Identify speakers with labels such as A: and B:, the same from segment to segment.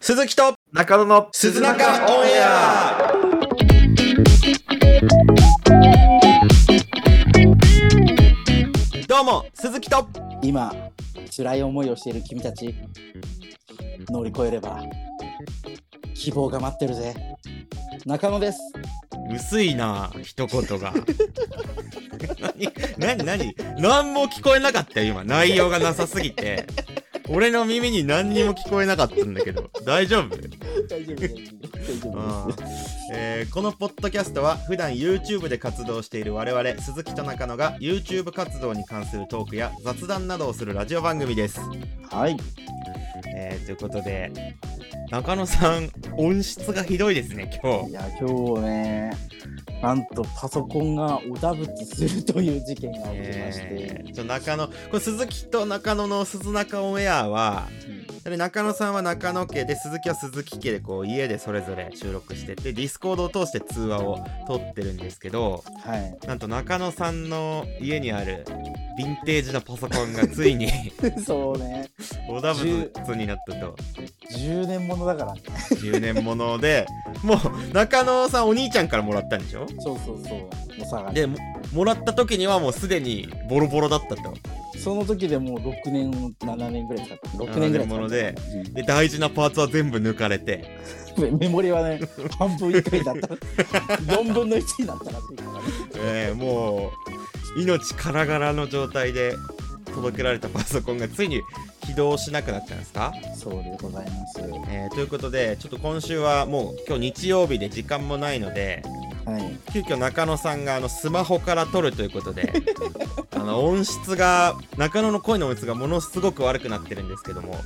A: 鈴木と
B: 中野の
A: 鈴中オンエアどうも鈴木と
C: 今辛い思いをしている君たち乗り越えれば希望が待ってるぜ中野です
A: 薄いな一言が 何何何何も聞こえなかったよ今内容がなさすぎて俺の耳に何にも聞こえなかったんだけど大丈夫
C: 大丈夫大丈夫
A: うんえーこのポッドキャストは普段 YouTube で活動している我々鈴木と中野が YouTube 活動に関するトークや雑談などをするラジオ番組です。
C: はい
A: えーということで中野さん音質がひどいですね今
C: い
A: 日。
C: や今日ねなんとパソコンがおだぶきするという事件が起きまして
A: え、ーちょ中野これ鈴木と中野の鈴中オンエアはそれ中野さんは中野家で鈴木は鈴木家でこう家でそれぞれ収録しててディスコードを通して通話を取ってるんですけど
C: うんはい
A: なんと中野さんの家にあるヴィンテージのパソコンがついに
C: そうね
A: オダブツになったと
C: 10年ものだからね
A: 10年ものでもう中野さんお兄ちゃんからもらったんでしょ
C: そうそうそうお下がり
A: でももらった時にはもうすでにボロボロだったと
C: その時でもう6年7年ぐらい使った6年ぐらい使
A: もの
C: っ
A: で
C: た、うん
A: で大事なパーツは全部抜かれて
C: メ メモリはね、半分以下になった。4分の1になったらしいからね。
A: えーもう命からがらの状態で届けられたパソコンがついに起動しなくなっちゃうんですか
C: そうでございます。は
A: えーということでちょっと今週はもう今日日曜日で時間もないので
C: い。
A: 急遽中野さんがあのスマホから撮るということ であの音質が中野の声の音質がものすごく悪くなってるんですけども
C: は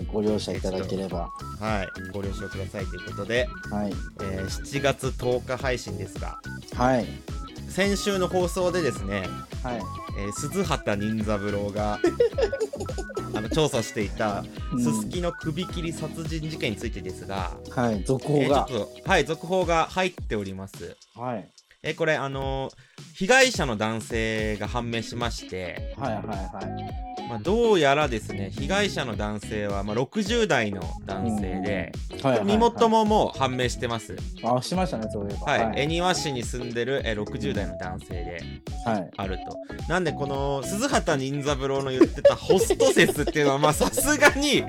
C: い、ご了承いただければ。
A: はいご了承くださいということで、
C: はい。
A: えー7月10日配信ですが
C: はい。
A: 先週の放送でですね、
C: はい。
A: えー鈴畑任三郎 があの調査していた
C: うん
A: すすきの首切り殺人事件についてですが、
C: はい。続
A: え
C: 報
A: ー
C: が。
A: ちょっとはい続報が入っております。
C: はい。
A: えーこれあのー被害者の男性が判明しまして
C: はいはいはい。
A: まあ、どうやらですね被害者の男性は、まあ、60代の男性で、
C: はいはいはい
A: 身元。ももう判明してます、
C: あ、しましたね、そういえば。
A: はい
C: はい。
A: 恵庭市に住んでるえ60代の男性で
C: はい
A: あるとなんでこの鈴畑任三郎の言ってたホストセスっていうのはまあさすが に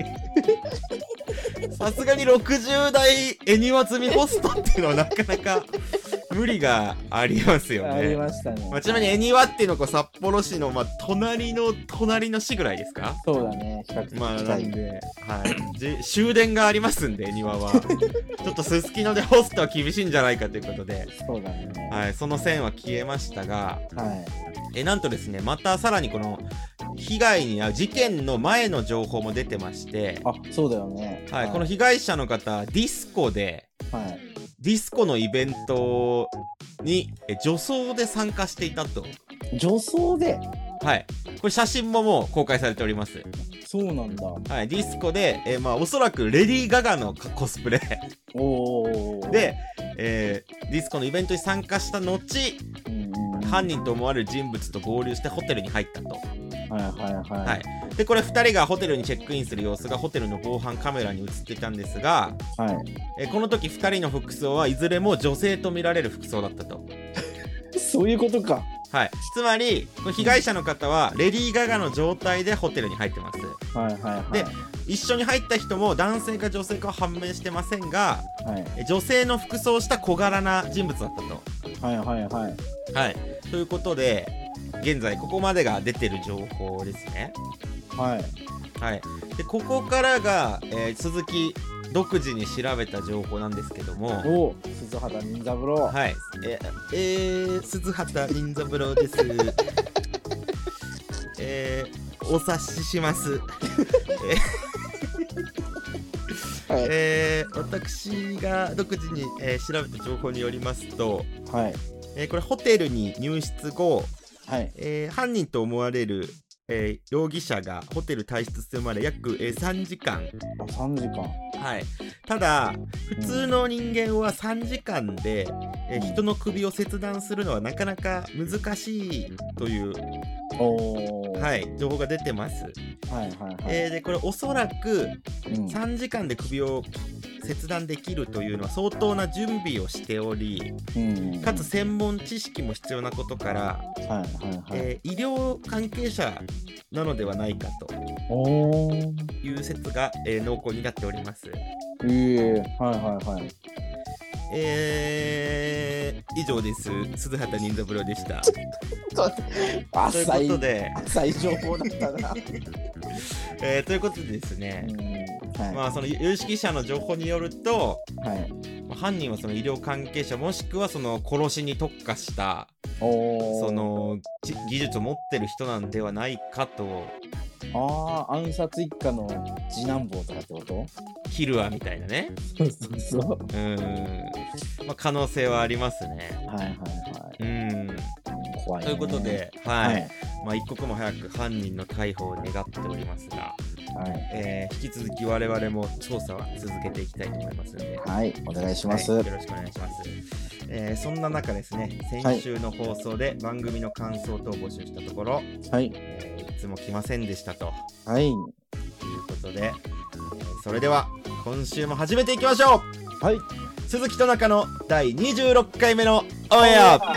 A: さすがに60代恵庭積みホストっていうのはなかなか無理がありますよ
C: あり
A: ね。
C: ましたね
A: まあ、。ちなみに恵庭っていうのはこう札幌市の、まあ、隣の隣の市ぐらいですか
C: そうだね、比較的
A: まあな
C: 近い
A: ん
C: んで。
A: で、はい、じ終電がありますんで庭はちょっとすすきのでホストは厳しいんじゃないかということで、
C: そうだね。
A: はい、その線は消えましたが
C: はい。
A: えなんとですねまたさらにこの被害に遭う事件の前の情報も出てまして、
C: あ、そうだよね。
A: はい、この被害者の方ディスコで
C: はい。
A: ディスコのイベントにえ女装で参加していたと。
C: 女装で。
A: はい、これ写真ももう公開されております、
C: そうなんだ。
A: はい、ディスコで、えまあ、おそらくレディー・ガガのコスプレ
C: おー。、
A: で、えーディスコのイベントに参加した後
C: うんうんうん
A: 犯人と思われる人物と合流してホテルに入ったと、
C: はいはいはい。
A: はい。、でこれ2人がホテルにチェックインする様子がホテルの防犯カメラに映っていたんですが、
C: はい。
A: えーこの時2人の服装はいずれも女性とみられる服装だったと、
C: そういうことか。
A: はい、つまりこの被害者の方はレディー・ガガの状態でホテルに入ってます
C: はいはいはい。
A: で一緒に入った人も男性か女性かは判明してませんが
C: はい、
A: えー女性の服装をした小柄な人物だったと
C: はいはいはい。
A: はい。ということで、現在ここまでが出てる情報ですね。
C: はい。
A: はい。で、ここからが、えー鈴木独自に調べた情報なんですけども、
C: お鈴肌忍三郎。はい。
A: はい。えー、えー、鈴畑任三郎 です。えー、お察しし ます。
C: はい。
A: えー、私が独自に、えー調べた情報によりますと、
C: はい。
A: えーこれホテルに入室後、
C: はい。
A: えー犯人と思われる、えー容疑者がホテル退出するまで約、えー3時間、
C: あ、3時間。
A: はい、ただ普通の人間は3時間で、えー人の首を切断するのはなかなか難しいという、
C: おー。い。
A: はい、情報が出てます、
C: はいはいはい。
A: えーでこれおそらく
C: うん
A: 3時間で首を切断できるというのは相当な準備をしており
C: うん
A: かつ専門知識も必要なことから、
C: はいはいはい、
A: えー医療関係者なのではないかと
C: おお
A: いう説が、えー濃厚になっております、
C: ええはいはいはい
A: えー以上です鈴畑任三郎でしたという
C: 浅
A: こ
C: い
A: とで、
C: 浅い情報だった な、
A: えーということでですね、
C: はい、
A: まあ、その有識者の情報によると
C: はい
A: まあ犯人はその医療関係者もしくはその殺しに特化した
C: おお
A: そのじ技術を持ってる人なんではないかと
C: ああ暗殺一家の次男坊とかってこと
A: キルアみたいなね
C: そうそうそう
A: うーん、まあ、可能性はありますね
C: はいはいは
A: うん
C: い怖い、
A: と
C: ね、
A: いうことで、
C: は
A: はいい、
C: はい
A: まあ、一刻も早く犯人の逮捕を願っておりますが、えー引き続き我々も調査は続けていきたいと思いますので
C: はいお願いします、
A: はいよろしくお願いします。えーそんな中ですね、先週の放送で番組の感想等を募集したところ、
C: はい
A: えーいつも来ませんでしたという
C: はい
A: ことで、えーそれでは今週も始めていきましょ
C: はいう
A: 鈴木と中の第26回目のオンエア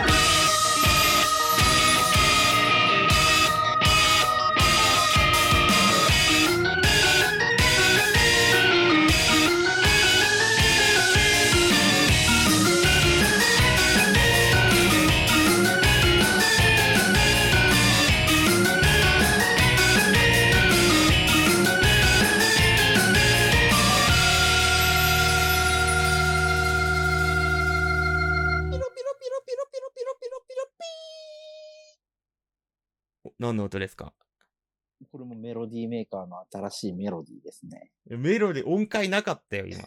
A: 何の音ですか
C: これもメロディーメーカーの新しいメロディーですね
A: メロディ音階なかったよ、今。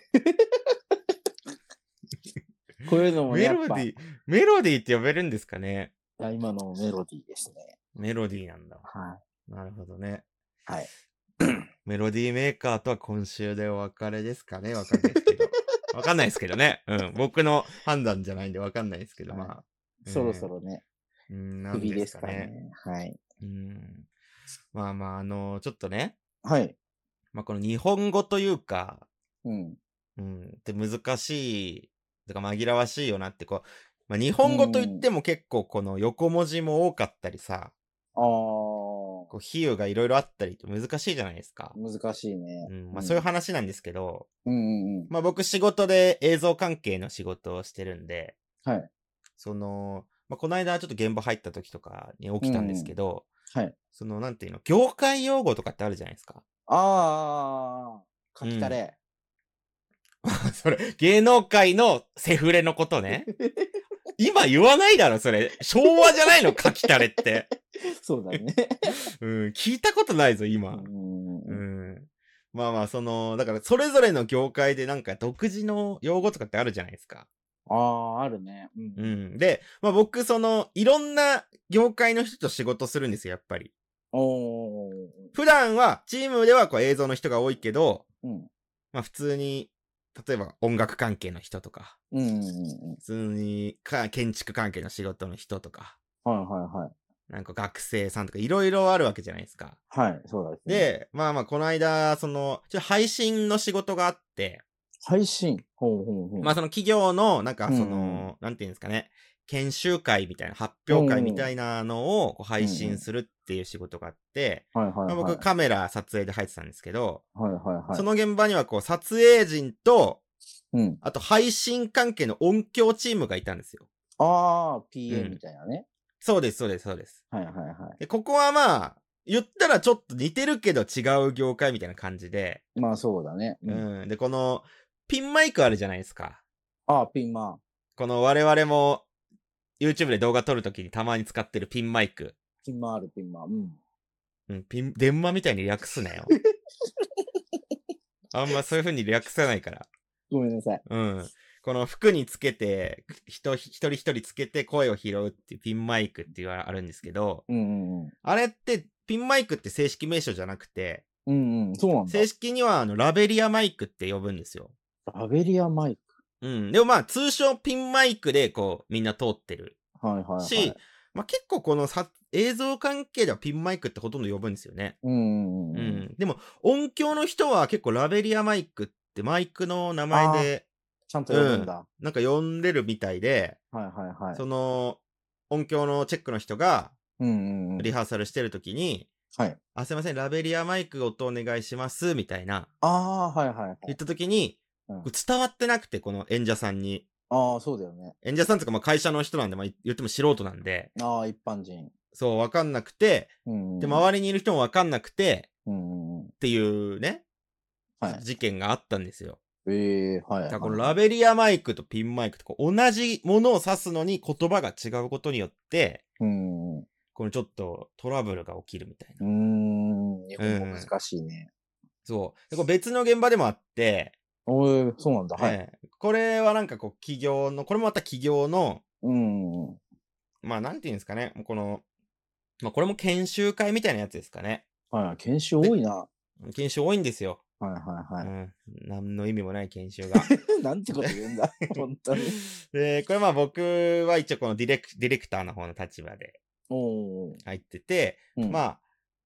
C: こういうのも
A: メ
C: やっ
A: ロデ
C: ぱ
A: ィー、メロディーって呼べるんですかね
C: あ今のメロディーですね
A: メロディーなんだ。
C: は
A: なるほどね。
C: はい。
A: メロディーメーカーとは今週でお別れですかねわかんないですけ ど。わかんないですけどね。うん。僕の判断じゃないんでわかんないですけど、
C: はい
A: まあ。
C: いそろそろね
A: うん、なん
C: 首
A: で
C: ですす
A: か
C: か
A: ね。
C: ねはい
A: うん。まあまあ、あのちょっとね、
C: はい
A: まあこの日本語というか、
C: うん
A: うん、って難しい、とか紛らわしいよなって、こう、まあ日本語といっても結構この横文字も多かったりさ、
C: あー
A: こう比喩がいろいろあったりって難しいじゃないですか。
C: 難しいね、
A: うん、まあそういう話なんですけど、
C: うんうんうん
A: まあ僕仕事で映像関係の仕事をしてるんで、
C: はい。
A: その、まあこの間ちょっと現場入った時とかに起きたんですけど、
C: うんはい。
A: そのなんていうの、業界用語とかってあるじゃないですか。
C: ああ書きたれ、
A: それ、芸能界のセフレのこと ね。今言わないだろ、それ。昭和じゃないの、書きたれ って。
C: そうだね
A: うん、聞いたことないぞ、
C: う
A: 今。
C: ん
A: う
C: うん
A: ん。まあまあ、その、だから、それぞれの業界でなんか独自の用語とかってあるじゃないですか。
C: あああるねうん
A: うん。で、まあ、僕、その、いろんな業界の人と仕事するんですよ、やっぱり。
C: おー
A: 普段は、チームではこう映像の人が多いけど、
C: うん
A: まあ、普通に、例えば音楽関係の人とか、
C: うんうんうん
A: 普通にか建築関係の仕事の人とか、
C: はいは
A: なんか学生さんとかいろいろあるわけじゃないですか。
C: いはい。はい、そうだね。
A: で、まあまあ、この間、その、ちょっと配信の仕事があって、
C: 配信。ほうほうほう。
A: まあその企業の、なんかそ
C: うん
A: の、なんていうんですかね、研修会みたいな、発表会みたいなのをこう配信するっていう仕事があって、
C: はいはい
A: ま
C: は
A: あ、
C: い。
A: 僕カメラ撮影で入ってたんですけど、
C: はいはいはい。
A: その現場にはこう撮影陣と、
C: うん。
A: あと配信関係の音響チームがいたんですよ。
C: ああ、PA
A: うん
C: みたいなね。
A: そうです、そうです、そうです。
C: はいはいは
A: で、ここはまあ、言ったらちょっと似てるけど違う業界みたいな感じで、
C: い。まあそうだね。
A: う
C: うん
A: ん。で、この、ピンマイクあるじゃないですか。
C: ああ、ピンマン。
A: この我々も、YouTube で動画撮るときにたまに使ってるピンマイク。
C: ピンマンある、ピンマン。うん。
A: うん、ピン、電話みたいに略す なよ。あんまそういう風に略さないから。
C: ごめんなさい。
A: うん。この服につけて、人、一人一人つけて声を拾うっていうピンマイクっていうのがあるんですけど、
C: うんうんうん。
A: あれって、ピンマイクって正式名称じゃなくて、
C: うんうん。そうなんだ
A: 正。式にはあのラベリアマイクって呼ぶんですよ。
C: ラベリアマイク。
A: うん。でもまあ通称ピンマイクでこうみんな通ってる。
C: はいはいはい。
A: しまあ結構このさ映像関係ではピンマイクってほとんど呼ぶんですよね。
C: うんうん
A: う
C: うん。
A: ん。でも音響の人は結構ラベリアマイクっってマイクの名前で
B: ちゃんと読むんだ。
A: なんか呼んでるみたいで、
B: はいはいはい。
A: その音響のチェックの人が
B: うんうんうん。
A: リハーサルしてる時に、
B: はい。
A: あ、すいません、ラベリアマイク音お願いします、みたいな
B: ああー、はいはいはい。
A: 言った時に、
B: うん
A: 伝わってなくて、この演者さんに。
B: ああ、そうだよね。
A: 演者さんとかまあ会社の人なんで、まあ、言っても素人なんで、
B: ああ、一般人。
A: そう、わかんなくて、
B: うんうん。
A: で、周りにいる人もわかんなくて、
B: うんうんうん。
A: っていうね、
B: はい。
A: 事件があったんですよ。
B: ええはい。
A: だからこのラベリアマイクとピンマイクとこう同じものを指すのに言葉が違うことによって、
B: うんうん
A: このちょっとトラブルが起きるみたいな。
B: うん。うーん。日本語難しいね。
A: そう。でこれ別の現場でもあって、
B: おえ、そうなんだ。はい。
A: えーこれはなんかこう企業の、これもまた企業の、
B: うんうんうん。
A: まあなんていうんですかね、この、まあこれも研修会みたいなやつですかね。
B: はい。研修多いな。は
A: 研修多いんですよ。
B: いはいは
A: う
B: い。
A: ん。何の意味もない研修 が。
B: なんてこと言うん だ。本当に。
A: で、これまあ僕は一応このディレクディレクターの方の立場で
B: おお。
A: 入ってて、ま
B: あ、
A: あ、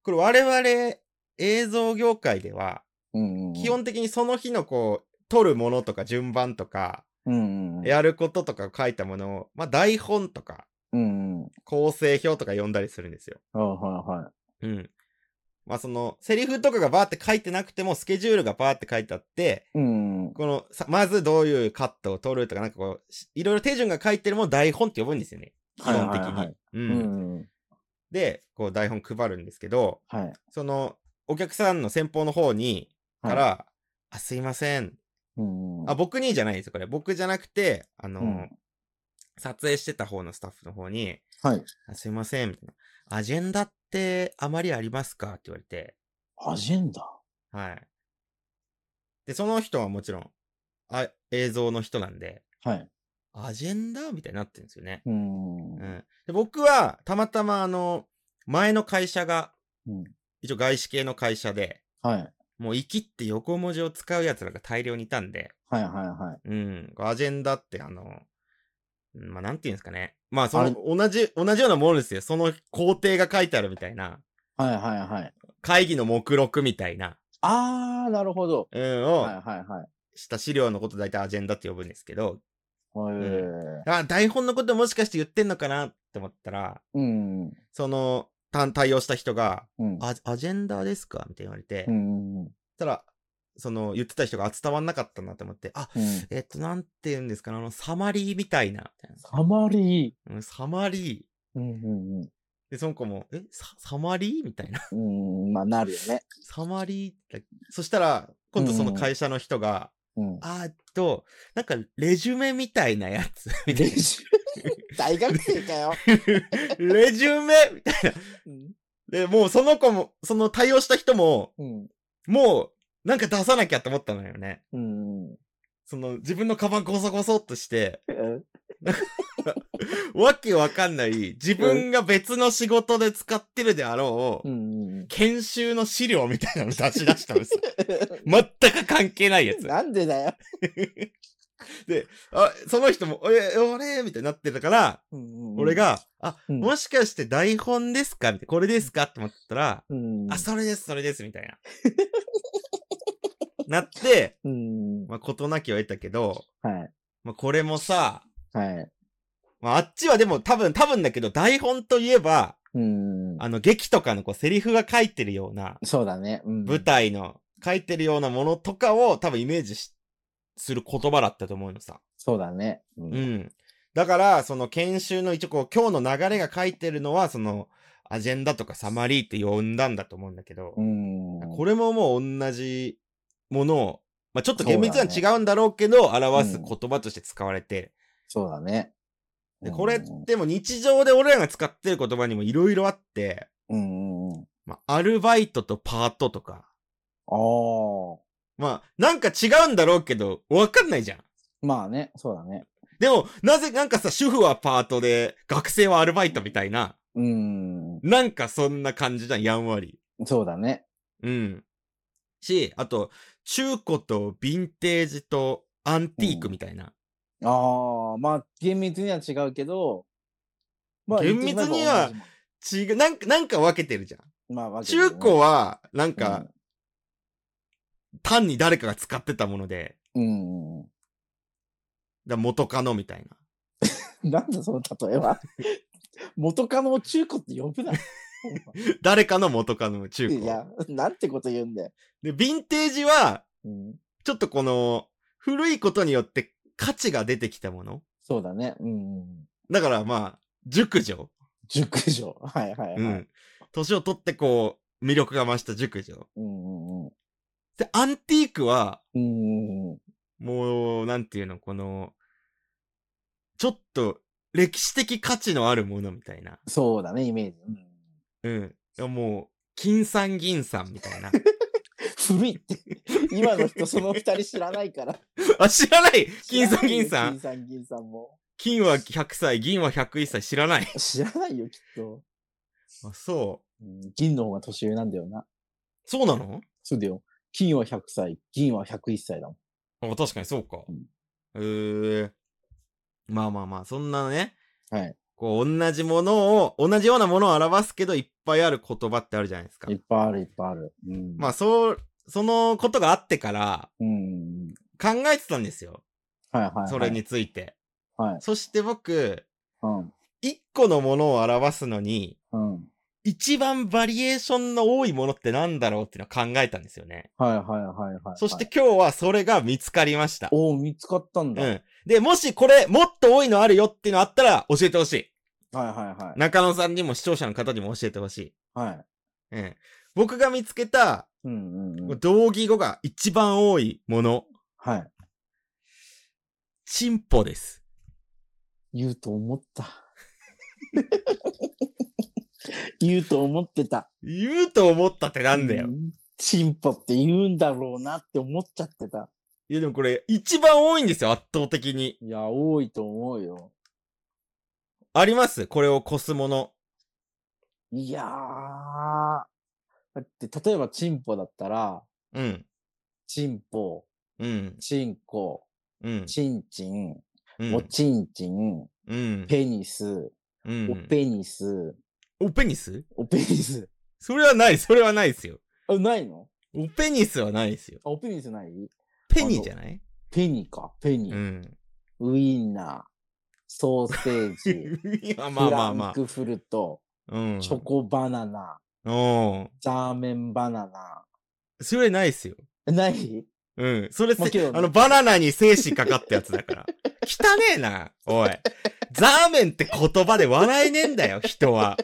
A: これ我々映像業界では、
B: うんうん、
A: 基、本的にその日のこう、撮るものとか順番とか、
B: うんうん、、
A: やることとか書いたものを、まあ台本とか、
B: うんうん。
A: 構成表とか読んだりするんですよ。
B: ああはいはい。
A: うん。まあその、セリフとかがバーって書いてなくても、スケジュールがバーって書いてあって、
B: うんうん。
A: この、さまずどういうカットを取るとか、なんかこう、しいろいろ手順が書いてるものを台本って呼ぶんですよね。基
B: はいはい
A: 本
B: は
A: 的に。
B: い
A: う。
B: うんんうん。
A: で、こう台本配るんですけど、
B: はい。
A: その、お客さんの先方の方に、か
B: は
A: ら、あ、すいません。
B: い、うんうん。
A: あ、僕にじゃないですよ、これ。僕じゃなくて、あの、
B: うん
A: 撮影してた方のスタッフの方に、
B: はい。
A: あすいません、みたいな。アジェンダってあまりありますかって言われて、
B: アジェンダ
A: はい。で、その人はもちろん、あ映像の人なんで、
B: はい。
A: アジェンダみたいになってるんですよね。
B: うん。
A: う
B: うん
A: ん。で、僕は、たまたま、あの、前の会社が、
B: うん
A: 一応外資系の会社で、
B: はい。
A: もう生きって横文字を使うやつらが大量にいたんで、
B: はいはいはい。
A: うん。アジェンダって、あの、うんまあ、なんていうんですかね。まあ、そ
B: あ
A: の、同じ、同じようなものですよ。その工程が書いてあるみたいな。
B: はいはいはい。
A: 会議の目録みたいな、
B: ああ、なるほど。
A: うん、
B: はい
A: を
B: はいはい。
A: した資料のこと大体アジェンダって呼ぶんですけど、
B: はい。
A: あ、台本のこともしかして言ってんのかなって思ったら、
B: うん。うん
A: その、た対応した人が、
B: うん。
A: アアジェンダですかみたいに言われて、
B: う
A: そし
B: んうん。
A: たら、その、言ってた人があ伝わんなかったなと思って、あ、
B: うん
A: えっと、なんて言うんですかね、あの、サマリーみたいな、みたい
B: サマリー。
A: なうんサマリ
B: うんうんうん。
A: ー。で、その子も、え、ササマリーみたいな。
B: うん、まあなるよね。
A: サマリーって。そしたら、今度その会社の人が、
B: うん。
A: あーっと、なんか、レジュメみたいなや つ。みたい
B: 練習大学生かよ。
A: なレジュメ みたい
B: うん
A: な。で、もうその子も、その対応した人も、
B: うん。
A: もう、なんか出さなきゃって思ったのよね。
B: うんうん。
A: その、自分のカバンゴソゴソっとして、
B: うん
A: わけわかんない、自分が別の仕事で使ってるであろう、
B: うんうん。
A: 研修の資料みたいなの出し出したん ですよ。全く関係ないやつ。
B: なんでだよ。
A: あ、その人も、え、俺みたいになってたから、俺
B: 俺、
A: が、あ、
B: うん
A: もしかして台本ですかみたいな、これですかって思ったら、
B: うん。
A: あ、それです、それです、みたいな。 なって、
B: うん。
A: まあ、事なきを得たけど、
B: はい。
A: まあ、これもさ、
B: はい。
A: まあ、あっちはでも多分、多分だけど、台本といえば、
B: うん。
A: あの、劇とかのこう、セリフが書いてるような、
B: そうだね。うん。
A: 舞台の書いてるようなものとかを多分イメージし、する言葉だったと思うのさ。
B: そうだね。う。
A: うんん。だから、その研修の一応こう、今日の流れが書いてるのは、その、アジェンダとかサマリーって呼んだんだと思うんだけど、
B: うん。
A: これももう同じものを、まあ、ちょっと厳密
B: そうだ
A: に
B: ね
A: は違うんだろうけど、表
B: う
A: す
B: ん
A: 言葉として使われて、
B: そうだね。
A: でこれ
B: うん
A: でも日常で俺らが使ってる言葉にもいろいろあって、
B: うんうんうん。
A: まあ、アルバイトとパートとか、
B: ああ。
A: まあ、なんか違うんだろうけど、わかんないじゃん。
B: まあね、そうだね。
A: でも、なぜなんかさ、主婦はパートで、学生はアルバイトみたいな、
B: うん。
A: なんかそんな感じじゃん、やんわり。
B: そうだね。
A: うん。し、あと、中古とヴィンテージとアンティークみたいな。
B: ああ、まあ、厳密には違うけど、まあ、
A: 厳密には違う、なんか、なんか分けてるじゃん。
B: 言ってしまえば同じもん、まあ、わけだよ
A: 中
B: ね
A: 古は、なんか、、単に誰かが使ってたもので、
B: うんうん。
A: だ元カノみたいな。
B: なんだその例 えは。元カノを中古って呼ぶな。
A: 誰かの元カノ、中
B: い
A: 古。
B: や、なんてこと言うんだよ。
A: で、ヴィンテージは、
B: うん、
A: ちょっとこの、古いことによって価値が出てきたもの。
B: そうだね。うんうん。
A: だからまあ、熟女。
B: 熟女。はいはいはい。う
A: うんん。年を取ってこう、魅力が増した熟女。
B: うんうん。
A: で、アンティークは、
B: うんうんうん。
A: もう、なんていうの、この、ちょっと、歴史的価値のあるものみたいな。
B: そうだね、イメージ。うん、
A: うん。いやもう、金さん銀さんみたいな。
B: 古いって。今の人その二人知らないから。
A: あ、知らない 金さん銀さん
B: 金さん銀さんも。
A: 金は100歳、銀は101歳、知らない。
B: 知らないよ、きっと。
A: あ、そ
B: うん、銀の方が年上なんだよな。
A: う。そうなの
B: そうだよ。金は100歳、銀は101歳だもん。
A: あ、確かにそうか。
B: うん
A: えー。まあまあまあ、そんなね、
B: はい。
A: こう、同じものを、同じようなものを表すけど、いっぱいある言葉ってあるじゃないですか
B: いっ。ぱいある、いっぱいある。うん。
A: まあ、そう、そのことがあってから、
B: うん。
A: 考えてたんですよ。
B: はいはい、はい。
A: それに。ついて。
B: はい。
A: そして僕、
B: うん。
A: 一個のものを表すのに、
B: うん。
A: 一番バリエーションの多いものってなんだろうっていうのを考えたんですよね。
B: はいはいはいはいはい。
A: そして、今日はそれが見つかりました。
B: おお、見つかったんだ。
A: う
B: はい
A: ん。で、もしこれもっと多いのあるよっていうのあったら教えてほしい。
B: はいはい。
A: 中野さんにも視聴者の方にも教えてほしい。
B: はい。
A: うん。僕が見つけた
B: うんうんうん。
A: 同義語が一番多いもの、
B: はい。
A: チンポです。
B: 言うと思った。 言うと思ってた。
A: 言うと思ったってなんだよ。
B: う
A: い。
B: チンポって言うんだろうなって思っちゃってた。
A: やでもこれ一番多いんですよ、圧倒的に。
B: いや、多いと思うよ。
A: ありますこれを越すもの。
B: いやー。だって、例えばチンポだったら、
A: うん。
B: チンポ、
A: うん。
B: チンコ、
A: うん。
B: チンチン、
A: うん
B: おちんちん、
A: うん。
B: ペニス、
A: うん
B: おペニス、
A: おペニス
B: おペニス。
A: それはない、それはないですよ。
B: あ、ないの
A: おペニスはないですよ。
B: あ、おペニスない
A: ペニじゃない
B: ペニか、ペニ、
A: うん。
B: ウインナー、ソーセージ、
A: いや、 まあま
B: フラ
A: あま
B: ンクフルト、
A: あ。うん。
B: チョコバナナ、
A: うん。
B: ザーメンバナナ。
A: それないですよ。
B: えない
A: うん。それせ
B: まあけどね
A: あの、バナナに精子かかったやつだ から。汚ねえな、おい。ザーメンって言葉で笑えねえんだよ、人は。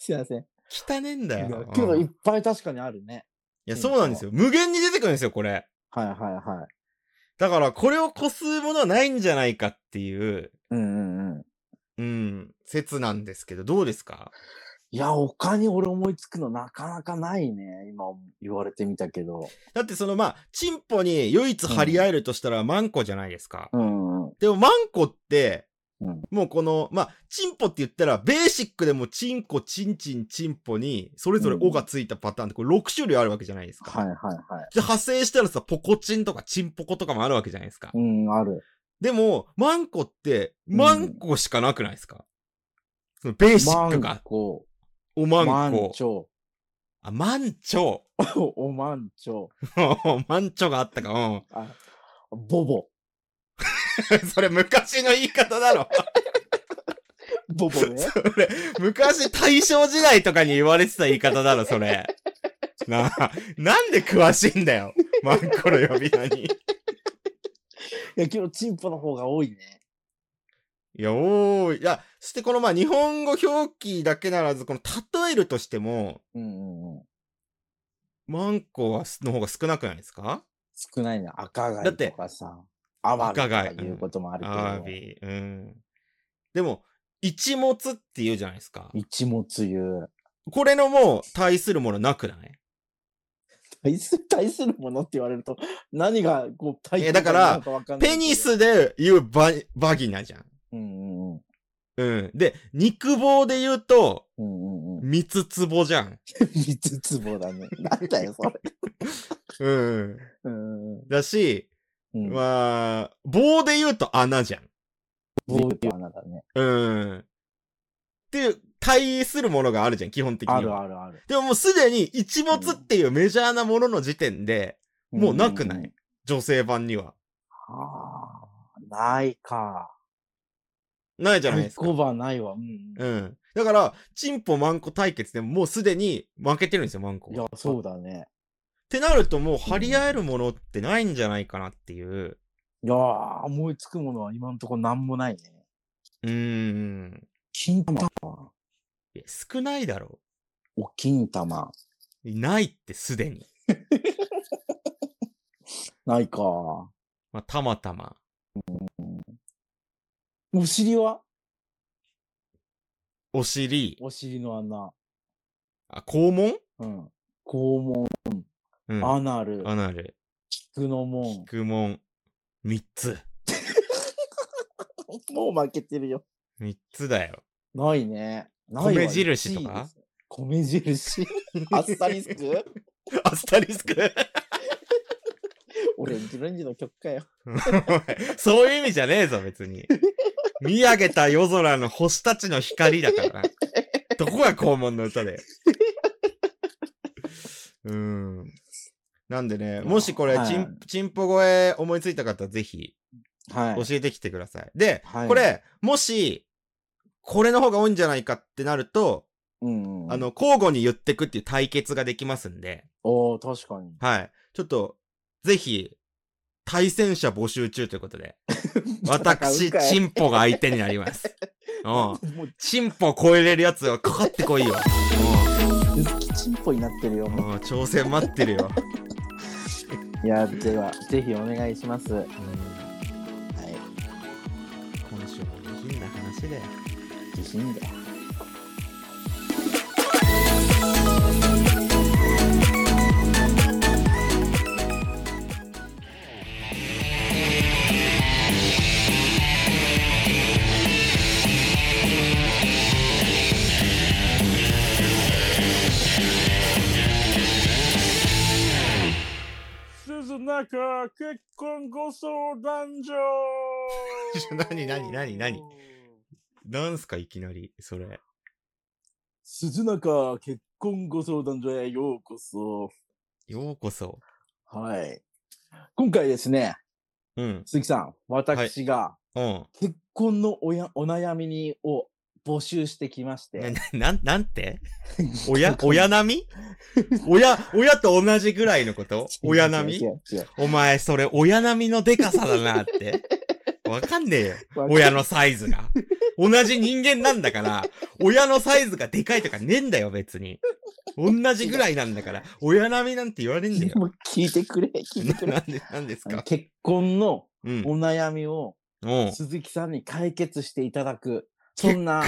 B: すいません。
A: 汚ねえんだよ。
B: けど
A: うん
B: いっ
A: い
B: ぱい確かにあるね。
A: や、そうなんですよ。無限に出てくるんですよ、これ。
B: はいはいはい。
A: だから、これを越すものはないんじゃないかっていう、
B: うんうんうん。
A: うん、説なんですけど、どうですか
B: いや、他に俺思いつくのなかなかないね。今言われてみたけど。
A: だってそのまあ、チンポに唯一張り合えるとしたらマンコじゃないですか。
B: うんうん。
A: でもマンコって、
B: うん
A: もうこの、まあ、チンポって言ったら、ベーシックでもチンコ、チンチン、チンポに、それぞれ
B: うん
A: 尾がついたパターンって、これ6種類あるわけじゃないですか。
B: はいはいはい。
A: で、派生したらさ、ポコチンとかチンポコとかもあるわけじゃないですか。
B: うん、ある。
A: でも、マンコって、
B: うん
A: マンコしかなくないですか、そのベーシ
B: マ
A: ック
B: ン
A: が、
B: コ、
A: おマンコ。
B: マンチョ、
A: あ、マンチョ。
B: おマンチョ、
A: マンチョがあったか。うん。
B: あボボ、
A: それ昔の言い方だろ。
B: ボボね。
A: それ、昔大正時代とかに言われてた言い方だろ、それ。なあ、なんで詳しいんだよ。マンコの呼び名に。い
B: いや、けどチンポの方が多いね。
A: や、おーい。いや、そしてこのまあ日本語表記だけならず、この例えるとしても、
B: うんうんうん。
A: マンコはの方が少なくないですか
B: 少ないね。赤
A: だ
B: 貝
A: って
B: とかさ、アワビ
A: 赤
B: とか
A: 貝
B: いうこともあるけど。
A: アワビ。うん。でも、一物って言うじゃないですか。
B: 一物言う。
A: これのもう対するものなくない
B: 対す 対するものって言われると、何がこう対
A: えだから
B: なのわかんない
A: ペ
B: けど
A: ニ。スで言うババギナじゃん。
B: うんうんうん。
A: うん。で、肉棒で言うと、
B: う んうんうん。
A: 三つつぼじゃん。
B: 三つつぼだね。 なんだよ、それ。
A: うん。
B: うんうん
A: だし、
B: うん。うん。
A: まあ、棒で言うと穴じゃん。
B: 棒って穴だね。
A: うん。っていう、対するものがあるじゃん、基本的には。
B: あるあるある。
A: でももうすでに一物っていうメジャーなものの時点で、もうなくない女性版には。
B: あーないか。
A: ないじゃないですか。
B: 5番ないわ。うん。
A: うん。だから、チンポマンコ対決でももうすでに負けてるんですよ、マンコ
B: い
A: が。
B: や
A: っ、
B: そうだね。
A: てなると、もう張り合えるものってないんじゃないかなっていう。
B: いやー、思いつくものは今のところ何もないね。
A: うーん。
B: 金玉
A: いや少ないだろ
B: お金玉。
A: う。ないってすでに。
B: ないか。
A: まあ、たまたま。
B: お尻は
A: お尻。
B: お尻の穴。
A: あ、肛門
B: うん。肛門、
A: うん。
B: アナル、
A: アナル。
B: 菊の門。
A: 菊門。三つ。
B: もう負けてるよ。
A: 三つだよ。
B: ないね。ないわ
A: 米印と。
B: 1位で
A: か
B: す米印アスタリスク
A: アスタリスク
B: オレンジレンジの曲かよ。
A: お前 そういう意味じゃねえぞ、別に。見上げた夜空の星たちの光だからな。どこが肛門の歌だ よ。うーん。なんでね、もしこれ、
B: はい
A: チン、チンポ声思いついた方、ぜひ、
B: は
A: 教
B: い。
A: えてきてください。で、
B: はい
A: こ、れ、もし、これの方が多いんじゃないかってなると、
B: うんうん、
A: あ、の、交互に言ってくっていう対決ができますんで、
B: おー、確かに。
A: はい。ちょっと、ぜひ、対戦者募集中ということで。私、チ
B: ン。
A: ンポが相手になり ます。うん。
B: もう、
A: チンポ超えれるやつはかかってこいよ。
B: 鈴木チンポになってるよ。
A: う。
B: もうん
A: うん挑戦待ってるよ。
B: いや、では、ぜひお願いします。はい。
A: 今週も下品な話だよ。
B: 自信だよ。鈴中結婚ご相談所
A: 何何何何なんすか、いきなり、それ。
B: 鈴中結婚ご相談所へようこそ。
A: ようこそ。
B: はい。今回ですね、
A: うん。
B: 鈴木さん、私が
A: うん。
B: 結婚のおやお悩みにを募集してきまして。
A: な、な、なんなん て親、親並み親、親と同じぐらいのこと親並
B: 違
A: み
B: う違う違う
A: お前、それ、親並みのデカさだなって。わかんねえよ。親のサイズが。同じ人間なんだから、親のサイズがでかいとかねえんだよ、別に。同じぐらいなんだから、親並みなんて言われんだよ。
B: もう聞いてくれ、聞いてくれ。
A: なんで、なんです
B: あの
A: か
B: 結婚の
A: うん。
B: お悩みを
A: おう
B: 鈴木さんに解決していただく、そんな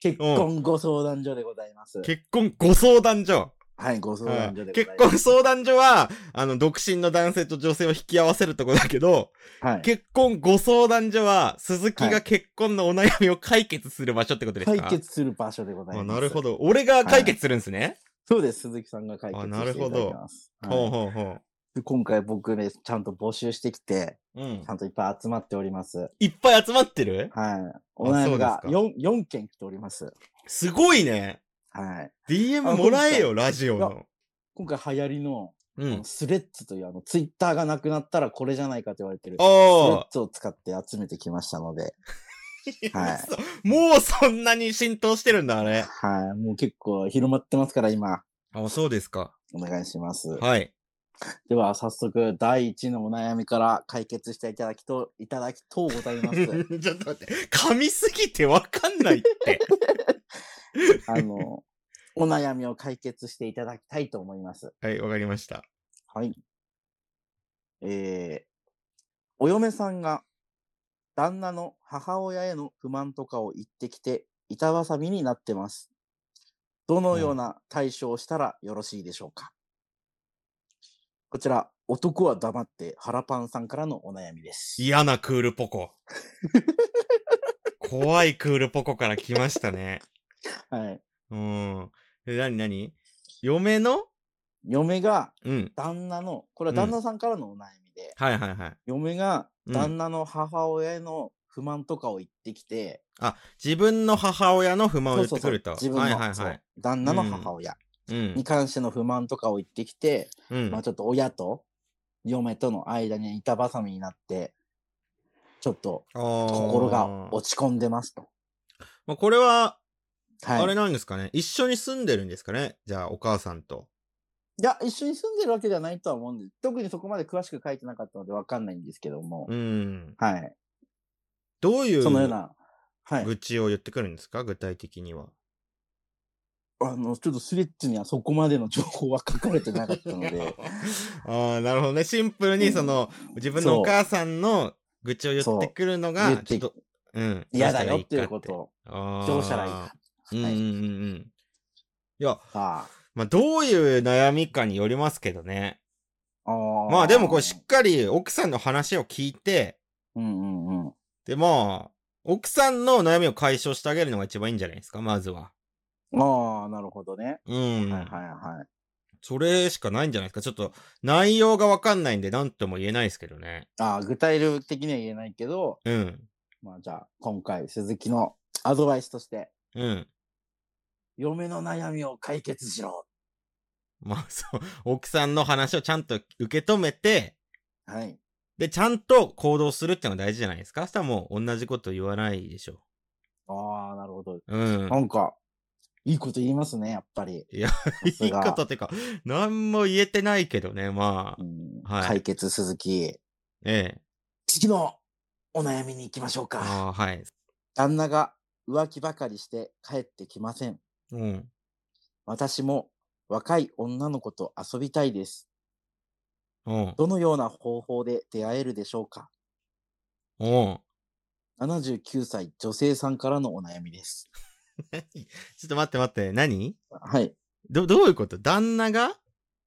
B: 結婚ご相談所でございます。
A: 結婚ご相談所。
B: はい、ご相談所でござい
A: 結
B: ます。
A: 婚相談所は、あの、独身の男性と女性を引き合わせるとこだけど、
B: はい。
A: 結婚ご相談所は、鈴木が結婚のお悩みを解決する場所ってことですか
B: 解決する場所でござい
A: あ
B: ま
A: な
B: す。
A: るほど。俺が解決するんですね。
B: そうです、鈴木さんが解決
A: あ
B: して
A: ないる
B: ただ
A: ほど
B: きます。
A: ほ
B: は
A: う
B: い
A: ほうほ
B: で今回僕ね、ちゃんと募集してきて、
A: う。うん
B: ち。ゃんといっぱい集まっております。
A: いっぱい集まってる
B: はい。お悩みが
A: そうですか
B: 4, 4件来ております。
A: すごいね。
B: はい。
A: DM
B: あ
A: もらえよ、
B: 本
A: ラジオの。
B: 今回流行りの、
A: う
B: あ
A: ん
B: の。スレッズという、あの、ツイッターがなくなったらこれじゃないかと言われてる、スレ
A: あ
B: ッズを使って集めてきましたので、 はい
A: あ。もうそんなに浸透してるんだ、あれ。
B: はい。もう結構広まってますから、今。
A: あ、そうですか。
B: お願いします。
A: はい。
B: では、早速、第1のお悩みから解決していただきと、いただきとうございま
A: ちょっ
B: す
A: と。待って。噛みすぎてわかんないって。
B: あの、お悩みを解決していただきたいと思います。
A: はい、わかりました。
B: はい。えー、お嫁さんが旦那の母親への不満とかを言ってきて、板挟みになってます。どのような対処をしたらよろしいでしょうか、こちら、男は黙って腹パンさんからのお悩みです。
A: 嫌なクールポ コ。怖いクールポコから来ましたね。
B: はい。
A: うん。え、なになに嫁の
B: 嫁が
A: うん。
B: 旦那の、これは
A: う
B: 旦
A: ん
B: 那さんからのお悩みで、
A: はいはいはい。
B: 嫁が
A: うん
B: 旦那の母親への不満とかを言ってきて、
A: あ、自分の母親の不満を言
B: そう
A: っ
B: そう
A: て
B: そ
A: く
B: う
A: ると。
B: 自分の、
A: はいはい
B: そ
A: は
B: う
A: い。
B: 旦那の母親
A: うん
B: に。関しての不満とかを言ってきて、
A: うん
B: まあ。ちょっと親と嫁との間に板挟みになって、ちょっと心
A: 心
B: が落ち込んでますと。
A: まあ、これは、
B: はい。
A: あれなんですかね、一緒に住んでるんですかねじゃあ、お母さんと。
B: いや、一緒に住んでるわけではないとは思うんです。特にそこまで詳しく書いてなかったのでわかんないんですけども。
A: うん。
B: はい。
A: どういう
B: そのような、はい。
A: 愚痴を言ってくるんですか具体的には。、
B: あの、ちょっとスレッズにはそこまでの情報は書かれてなかったので
A: ああ、なるほどね。シンプルに、その、自分のお母さんの愚痴を言ってくるの
B: そう
A: が
B: 言、っ
A: ちょ
B: て
A: っと、うん。
B: 嫌だよっていうことを、
A: ど
B: ど
A: う
B: う
A: し
B: したた
A: ら
B: ら
A: い
B: い
A: い
B: い
A: か
B: か。
A: あーうんうん
B: はい。
A: うんうん。いや、
B: さ
A: まあ、どういう悩みかによりますけどね。
B: あ、ー
A: まあでもこれしっかり奥さんの話を聞いて、
B: うんうんうん。
A: でまあ、奥さんの悩みを解消してあげるのが一番いいんじゃないですか、まずは。
B: ああ、なるほどね。
A: うん。
B: はいはいはい。
A: それしかないんじゃないですか。ちょっと内容がわかんないんで何とも言えないですけどね。
B: ああ、具体的には言えないけど、
A: うん。
B: まあじゃあ、今回、鈴木のアドバイスとして、
A: うん。
B: 嫁の悩みを解決しろ。
A: まあそう、奥さんの話をちゃんと受け止めて、
B: はい。
A: で、ちゃんと行動するってのが大事じゃないですか。そしたらもう同じこと言わないでしょ。
B: ああ、なるほど。
A: うん。
B: なんか、いいこと言いますね、やっぱり。
A: いや
B: さ
A: い
B: す
A: い
B: が、
A: ことってか、何も言えてないけどね、ま
B: う
A: あ。
B: ん
A: はい
B: 解決、鈴木。
A: ええ。
B: 次のお悩みに行きましょうか。
A: ああ、はい。
B: 旦那が浮気ばかりして帰ってきません。
A: うん。
B: 私も若い女の子と遊びたいです。
A: うん。
B: どのような方法で出会えるでしょうか
A: うん。
B: 79歳女性さんからのお悩みです。
A: 何ちょっと待って待って、何
B: はい。
A: ど、どういうこと旦那が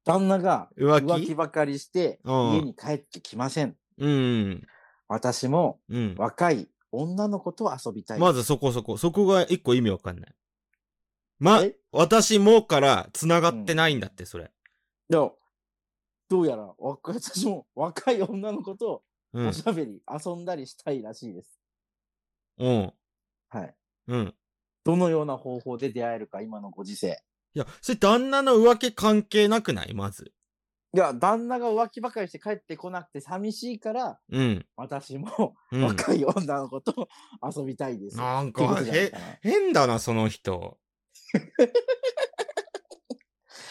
B: 旦那が
A: 浮気
B: 浮気ばかりして
A: うん
B: 家に帰ってきません。
A: うん。
B: 私も
A: うん。
B: 若い女の子と遊びたい。
A: まずそこそこ。そこが一個意味わかんない。ま
B: え、
A: 私もから繋がってないんだって、それ。
B: いやどうやらわ 私も若い女の子と
A: うん
B: お。しゃべり、遊んだりしたいらしいです。
A: うん。
B: はい。
A: うん。
B: どのような方法で出会えるか、今のご時世。
A: いや、それ旦那の浮気関係なくないまず。
B: いや、旦那が浮気ばかりして帰ってこなくて寂しいから、
A: うん。
B: 私も
A: うん。
B: 若い女の子と遊びたいです。
A: なん
B: ってこ
A: か
B: と、じゃない
A: へ
B: か、な
A: 変だな、その 人。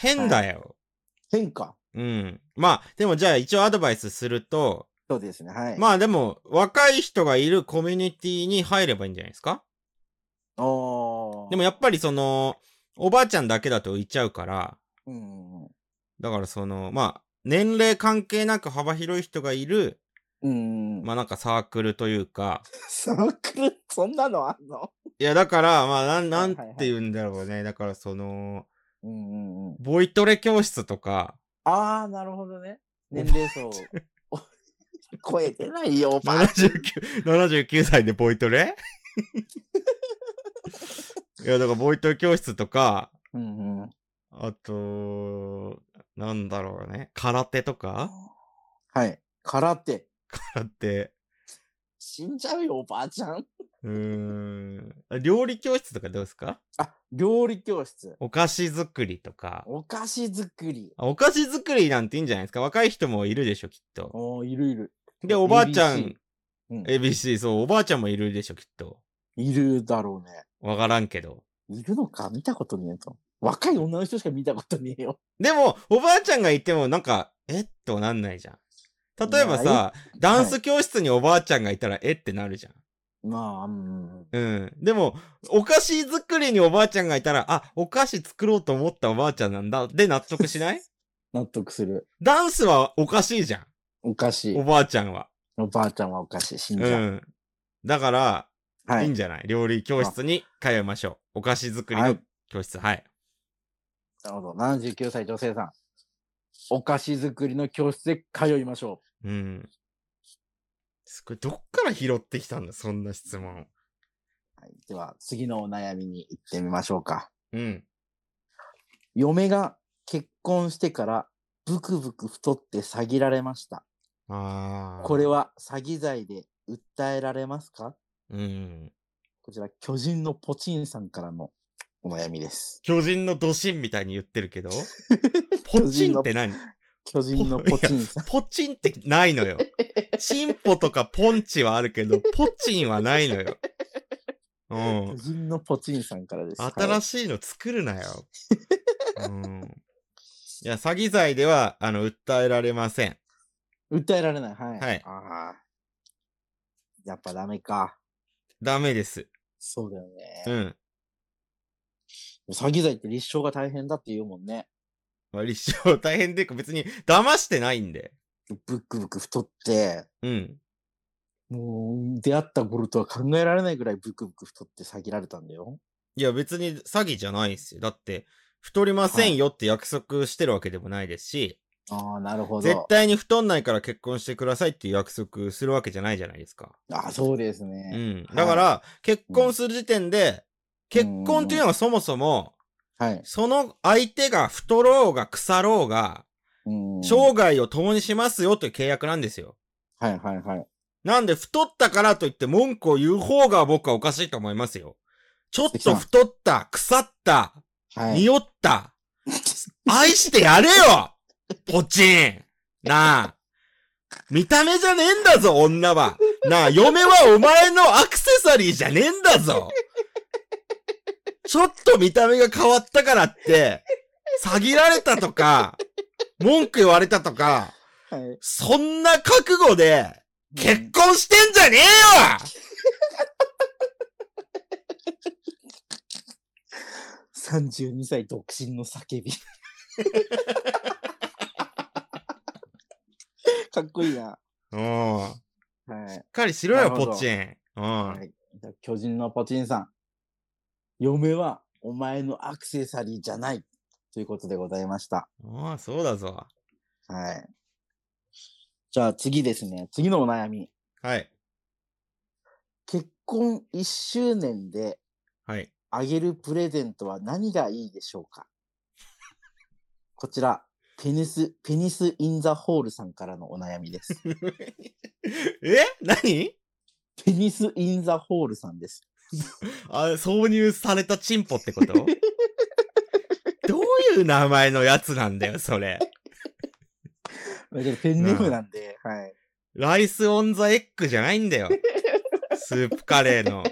A: 変だよ。
B: 変化。
A: うん。まあ、でもじゃあ一応アドバイスすると、
B: そうですね。はい。
A: まあでも、若い人がいるコミュニティに入ればいいんじゃないですか
B: おー
A: でもやっぱりその、おばあちゃんだけだと浮いちゃうから、
B: うん。
A: だからその、まあ、年齢関係なく幅広い人がいる、
B: うん。
A: まあなんかサークルというか、
B: サークル、 そんなのあんの
A: いやだから、まあなん、なん
B: はいはいはい
A: て言うんだろうね。だからその、
B: うんうんうん。
A: ボイトレ教室とか、
B: ああ、なるほどね。年齢層。お超えてないよ、おばあちゃん。
A: 79、79歳でボイト レいやだからボイトレ教室とか、
B: うんうん。
A: あと、なんだろうね。空手とか
B: はい。空手。
A: 空手。
B: 死んじゃうよ、おばあちゃん。
A: うーん。あ料理教室とかどうですか
B: あ、料理教室。
A: お菓子作りとか。
B: お菓子作り。
A: あお菓子作りなんていいんじゃないですか若い人もいるでしょ、きっと。
B: おーいるいる。
A: で、おばあちゃん
B: ABC、うん、
A: ABC、そう、おばあちゃんもいるでしょ、きっと。
B: いるだろうね。
A: わからんけど。
B: いるのか見たことねえと。若い女の人しか見たことねえよ。
A: でも、おばあちゃんがいても、なんか、えっとなんないじゃん。例えば
B: い
A: さ、ダンス教室におばあちゃんがいたら、えってなるじゃん。
B: まあ、うん。
A: うん。でも、お菓子作りにおばあちゃんがいたら、あ、お菓子作ろうと思ったおばあちゃんなんだ。で、納得しない
B: 納得する。
A: ダンスはおかしいじゃ
B: お菓
A: ん。お
B: 子。
A: ばあちゃんは。
B: おばあちゃんはお菓子。死ん
A: う
B: じゃう。
A: ん。だから、、
B: はい
A: い
B: い
A: ん。じゃない料理教室に通いましょう。お菓子作り
B: は
A: の
B: い。
A: 教室。はい。
B: なるほど。79歳女性さん。お菓子作りの教室で通いましょ
A: うん。すごい。どっから拾ってきたんだそんな質問。
B: う。はい、では、次のお悩みに行ってみましょうか。
A: うん。
B: 嫁が結婚してからブクブク太って詐欺られました。
A: あー。
B: これ。は詐欺罪で訴えられますか
A: うん。
B: こちら、巨人のポチンさんからのお悩みです。
A: 巨人のドシンみたいに言ってるけど。ポチンって何
B: 巨人のポチンさん。
A: ポチンってないのよ。チンポとかポンチはあるけど、ポチンはないのよ。う
B: 巨
A: ん。
B: 人のポチンさんからです。
A: 新
B: し
A: しいの作るなよ。うん。いや、詐欺罪では、あの、訴えられません。
B: い。訴えられない。はい。
A: はい
B: ああ。やっぱダメか。
A: ダメです。
B: そうだよ
A: う
B: ね。
A: ん。
B: 詐欺罪って立証が大変だって言うもんね。
A: まあ立証大変で、別に騙してないんで。
B: ブックブック太って、
A: うん。
B: もう出会った頃とは考えられないぐらいブックブック太って詐欺られたんだよ。
A: いや、別に詐欺じゃないですよ。だって、太りませんよって約束してるわけでもないですし、
B: ああ、なるほ
A: 絶
B: ど。
A: 対に太んないから結婚してくださいっていう約束するわけじゃないじゃないですか。
B: ああ、そうです
A: う
B: ね。
A: ん
B: は。い
A: だから、結婚する時点で、結婚っていうのはそもそも、
B: はい。
A: その相手が太ろうが腐ろうが、
B: うん。はい
A: 生涯を共にしますよという契約なんですよ。
B: はいはい。
A: なんで、太ったからといって文句を言う方が僕はおかしいと思いますよ。ちょっと太った、腐った、
B: はい。
A: 匂った、愛してやれよポチンなあ。見た目じゃねえんだぞ、女は。なあ、嫁はお前のアクセサリーじゃねえんだぞ。ちょっと見た目が変わったからって、詐欺られたとか、文句言われたとか、
B: はい。
A: そんな覚悟で、結婚してんじゃねえよ
B: 32歳独身の叫 び。かっこいいな。
A: うん。し
B: はい
A: っ。かりしろよ、
B: なるほど
A: ポチン。うん
B: は。いじゃあ巨人のポチンさん。嫁はお前のアクセサリーじゃない。ということでございました。
A: ああ、そうだぞ。
B: はい。じゃあ次ですね。次のお悩み。
A: はい。
B: 結婚1周年で
A: はい。
B: あげるプレゼントは何がいいでしょうかこちら、ペニス、ペニス・イン・ザ・ホールさんからのお悩みです。
A: え何
B: ペニス・イン・ザ・ホールさんです。
A: あ、挿入されたチンポって ことどういう名前のやつなんだよ、それ。
B: だけどペンネームなんで、はい。
A: ライスオンザエッグじゃないんだよ。スープカレーの。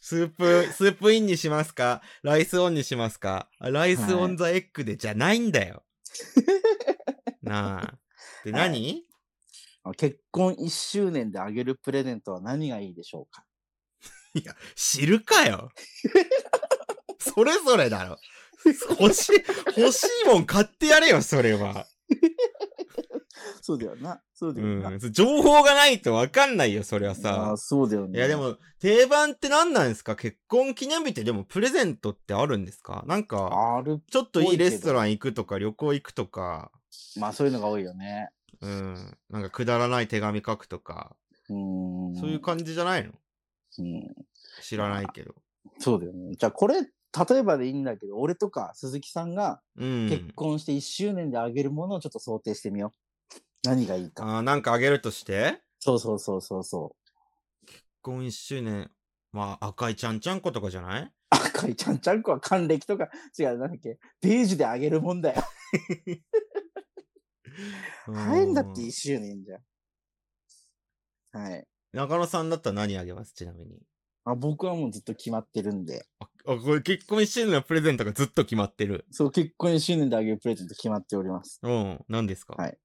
A: スープ、スープインにしますかライスオンにしますかあライスオンザエッグでじゃないん だよ。なあ。で、
B: はい
A: 何、
B: 結婚1周年であげるプレゼントは何がいいでしょうか
A: いや、知るか よ。それぞれだろ。欲しい、欲しいもん買ってやれよ、それは。
B: そうだよな。そうだ
A: う
B: よな。
A: ん。情報がないとわかんないよ、それは
B: あ
A: さ
B: ー。そうだよね。
A: いや、で、も、定番って何なんですか結婚記念日ってでもプレゼントってあるんですかなんか、
B: ある、
A: ちょっといいレストラン行くとか、旅行行くとか、
B: まあそういうのが多いよね。
A: うん。なんかくだらない手紙書くとか、
B: うーん。
A: そういう感じじゃないの
B: うん
A: 知らないけど。
B: そうだよね。じゃあこれ、例えばでいいんだけど、俺とか鈴木さんが
A: う
B: 結
A: ん。
B: 婚して1周年であげるものをちょっと想定してみよう。何がいいか。
A: あーなんかあげるとして
B: そうそうそうそうそう。
A: 結婚1周年。まあ、赤いちゃんちゃんことかじゃない
B: 赤いちゃんちゃんこは還暦とか、違う、なんだっけ、ベージュであげるもんだよ。早いんだって
A: うん
B: 1周年じゃん。はい。
A: 中野さんだったら何あげますちなみに。
B: あ、僕はもうずっと決まってるんで、
A: あ、あこれ結婚1周年のプレゼントがずっと決まってる。
B: そう、結婚1周年であげるプレゼント決まっております。
A: うん。何ですか、
B: はい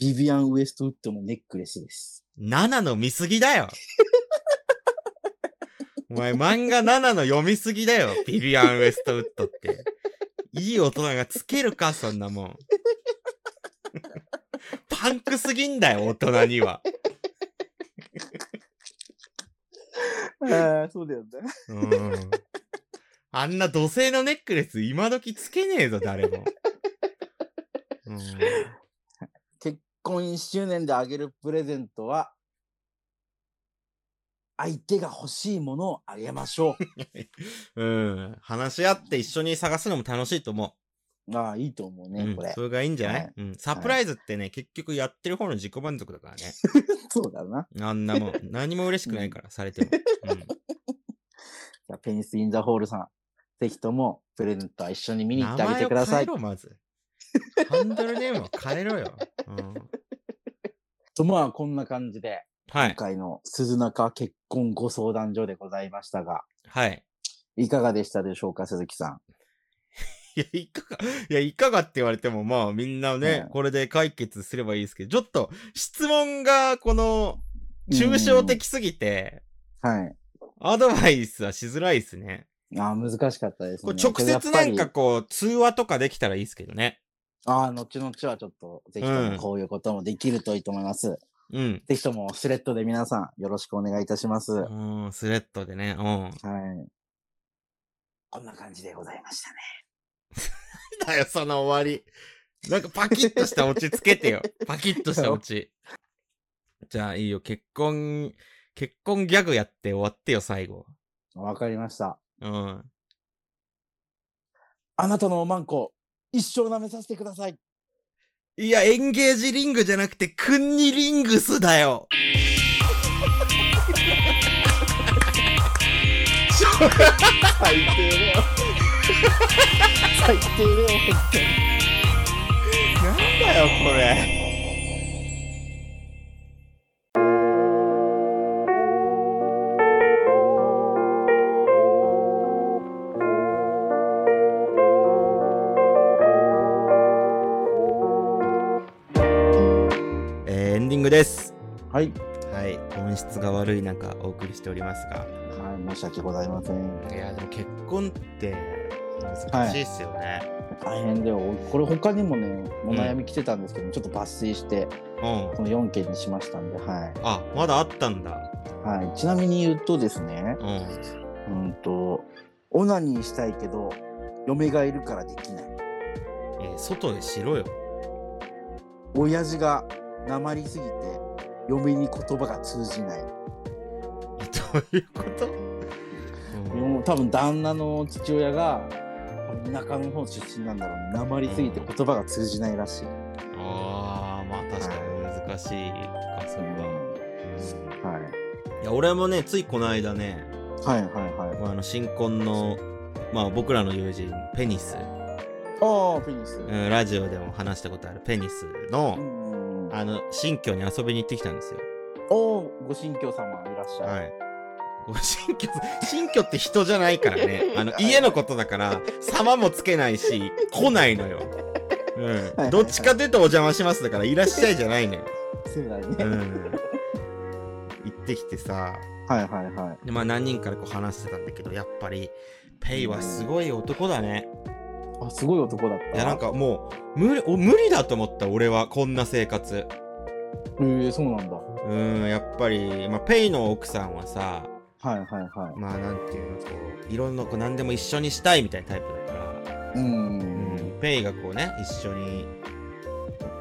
B: ビビアン・ウエストウッドのネックレス です。
A: 7の見すぎだよ。 お前漫画7の読みすぎだよ。ビビアン・ウエストウッドって。いい大人がつけるか、そんな もん。パンクすぎんだよ、大人には。
B: ああ、そうだよね。
A: うん。あんな土星のネックレス今時つけねえぞ、誰も。うん、
B: 結婚1周年であげるプレゼントは、相手が欲しいものをあげましょ
A: うん。話し合って一緒に探すのも楽しいと思
B: う。 ああ、いいと思う
A: う。
B: ね、
A: うん、
B: これ
A: そ。れがいいんじゃない、
B: はい
A: うん。サプライズってね、結局やってる方の自己満足だからね。
B: そうだな。
A: あんな もん、何も嬉しくないから、されても。
B: じゃあペニス・イン・ザ・ホールさん、ぜひともプレゼントは一緒
A: う
B: に
A: ん
B: 見に行ってあげてください
A: 名前を変え。ろまず。ハンドルネームを変えろよ。うん、
B: と、まあ、こんな感じで、
A: はい
B: 今。回の鈴中結婚ご相談所でございましたが、
A: はい。
B: いかがでしたでしょうか、鈴木さん。
A: いや、いかが、いや、いかがって言われても、まあ、みんなね
B: う、ん
A: これで解決すればいいですけど、ちょっと、質問が、この、抽象的すぎて、
B: うん。はい。
A: アドバイスはしづらいですね。
B: ああ、難しかったです
A: これ
B: ね。
A: 直接なん
B: や
A: か
B: っぱり。
A: こう、通話とかできたらいいですけどね。
B: ああ、後々はちょっと、ぜひと
A: うん
B: もこういうこともできるといいと思います。
A: うん。
B: ぜひとも、スレッドで皆さん、よろしくお願いいたします。はい。
A: うん、スレッドでね。うん。
B: こんな感じでございましたね。
A: だよ、その終わり。なんかパキッとしたオチつけてよ。パキッとしたオチ。じゃあいいよ、結婚、結婚ギャグやって終わってよ、最後。
B: わかりました。
A: うん。
B: あなたのおまんこ、一生舐めさせてください。
A: いや、エンゲージリングじゃなくて、クンニリングスだよ。
B: 最低だよ。最低だよ、本当に。
A: なんだよ、これ。えーエンディングです。
B: はい。
A: はい、音質が悪い中お送りしておりますが、
B: はい、申し訳ございません。
A: いやでも結婚って難しいっすよね。
B: 大変だよ。これ他にもね、お悩み来てたんですけど、ちょっと抜粋して、
A: うん。
B: この4件にしましたんで、はい。
A: あ、まだあったんだ。
B: はい。ちなみに言うとですね、
A: うん。
B: うんと、オナニーしたいけど、嫁がいるからできない。
A: えー外でしろよ。
B: 親父がなまりすぎて、嫁に言葉が通じない。
A: えどういうこと、
B: もう多分旦那の父親が田舎の方出身なんだろうねなまりすぎて言葉が通じないらしい、
A: ああまあ確かに難しいかそれは、
B: はい、
A: いや俺もねついこの間ね、
B: はいはいはい
A: まあ、あの新婚のまあ僕らの友人ペニス、
B: ああフェニス
A: うん、ラジオでも話したことあるペニス
B: う
A: の
B: んあ
A: あの新居に遊びに行ってきたんですよ
B: おーご新居様いらっしゃい、
A: はいこれ新居 新居って人じゃないからねあの
B: はい
A: 家のことだから様もつけないし来ないのよ、う
B: は
A: ん、
B: い
A: どっちかというとお邪魔しますだからいらっしゃいじゃないのよ
B: そうだね、
A: うん行ってきてさ
B: はいはいはい
A: で、まあ、何人からこう話してたんだけどやっぱりペイはすごい男だね
B: あすごい男だっ
A: い
B: た
A: やなんかもう無理お無理だと思った俺はこんな生活
B: へえそうなんだは
A: うんやっぱり、まあ、ペイの奥さんはさ
B: いはいは
A: まあなんていうのこういろんなこう何でも一緒にしたいみたいなタイプだから、
B: いうん
A: うん、ペイがこうね一緒に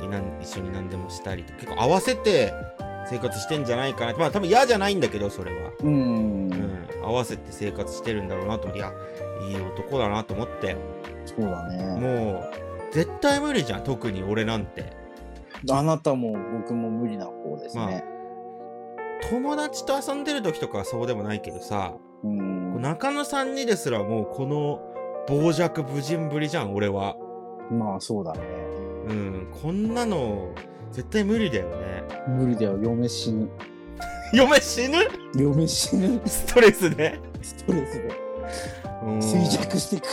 A: いなん一緒に何でもしたりと結構合わせて生活してんじゃないかなまあ多分嫌じゃないんだけどそれは
B: うん、
A: うん、合わせて生活してるんだろうなと思っていやいい男だなと思って
B: そうだね
A: もう絶対無理じゃん特に俺なんて
B: あなたも僕も無理な方ですね、
A: まあ友達と遊んでる時とかはそうでもないけどさ
B: うん
A: 中野さんにですらもうこの傍若無人ぶりじゃん俺は
B: まあそうだね
A: うんこんなの絶対無理だよね
B: 無理だよ嫁死ぬ
A: 嫁死ぬ
B: 嫁死ぬ
A: ストレスで
B: ストレスで
A: うん
B: 衰弱していく。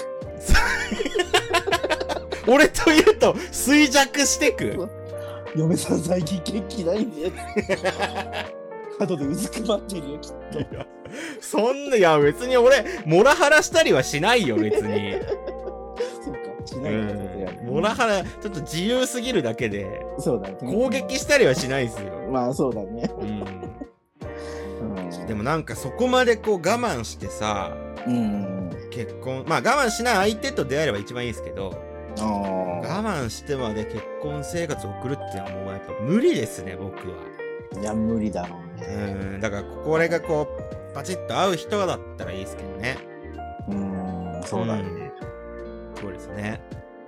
A: 俺と言うと衰弱してく
B: 嫁さん最近元気ないんだよ。後でうずくまってるよ、きっと。
A: いやそんないや別に俺モラハラしたりはしない よ別に
B: そうか、しないからさすが
A: う
B: に
A: んモラハラちょっと自由すぎるだけで
B: そうだね。
A: 攻撃したりはしないですよ、
B: まあそうだね。
A: うん、
B: うん
A: でも、なんかそこまでこう我慢してさ
B: うん。
A: 結婚まあ我慢しない相手と出会えれば一番いいですけど
B: あ
A: 我慢してまで結婚生活を送るっていうのはもうやっぱ無理ですね僕は
B: あ。いや、無理だろうね。
A: うんだからこれがこうパチッと合う人だったらいいですけどね
B: うん、そうだね。
A: そうですね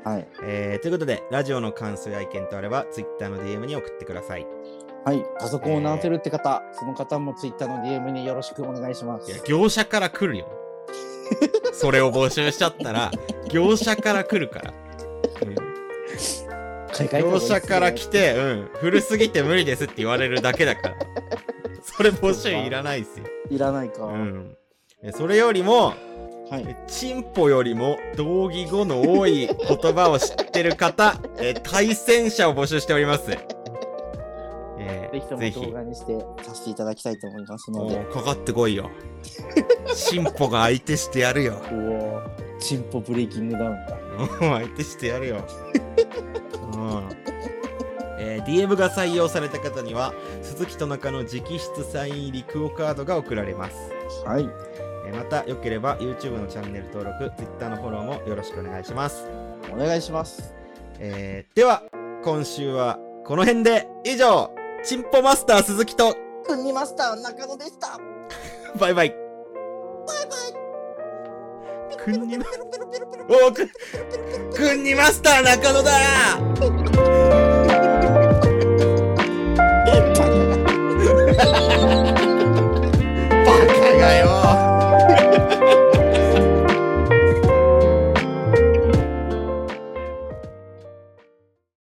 B: はい。
A: えーということでラジオの感想や意見とあれば Twitter の DM に送ってください
B: はい。パソコンを直せるって方、その方も Twitter の DM によろしくお願いしま
A: い
B: す
A: や。業者から来るよそれを募集しちゃったら業者から来るから、うん
B: 買い替えた方がいい
A: 業
B: っすね
A: 者から来て、うん、古すぎて無理ですって言われるだけだから。それ募集いらないっすよ。
B: いらないか。
A: うん。えそれよりも、
B: はい。
A: えチンポよりも同義語の多い言葉を知ってる方、え対戦者を募集しております。えー
B: ぜひとも
A: ぜ
B: 動
A: ひ
B: 画にしてさせていただきたいと思いますの
A: も
B: で。
A: うかかってこいよ。進歩が相手してやるよ。
B: おおー、チンポブレイキングダウンだ。
A: もう相手してやるよ。うん。えー DM が採用された方には、鈴木と中の直筆サイン入りクオカードが送られます。
B: はい。
A: えーまた、よければ YouTube のチャンネル登録、Twitter のフォローもよろしくお願いします。
B: お願いします。
A: えーでは、今週はこの辺で、以上、チンポマスター鈴木と、
B: くんにマスター中野でした。
A: バイバイ。バイバイ。くんにま、おーく、くんにマスター中 野だバカがよ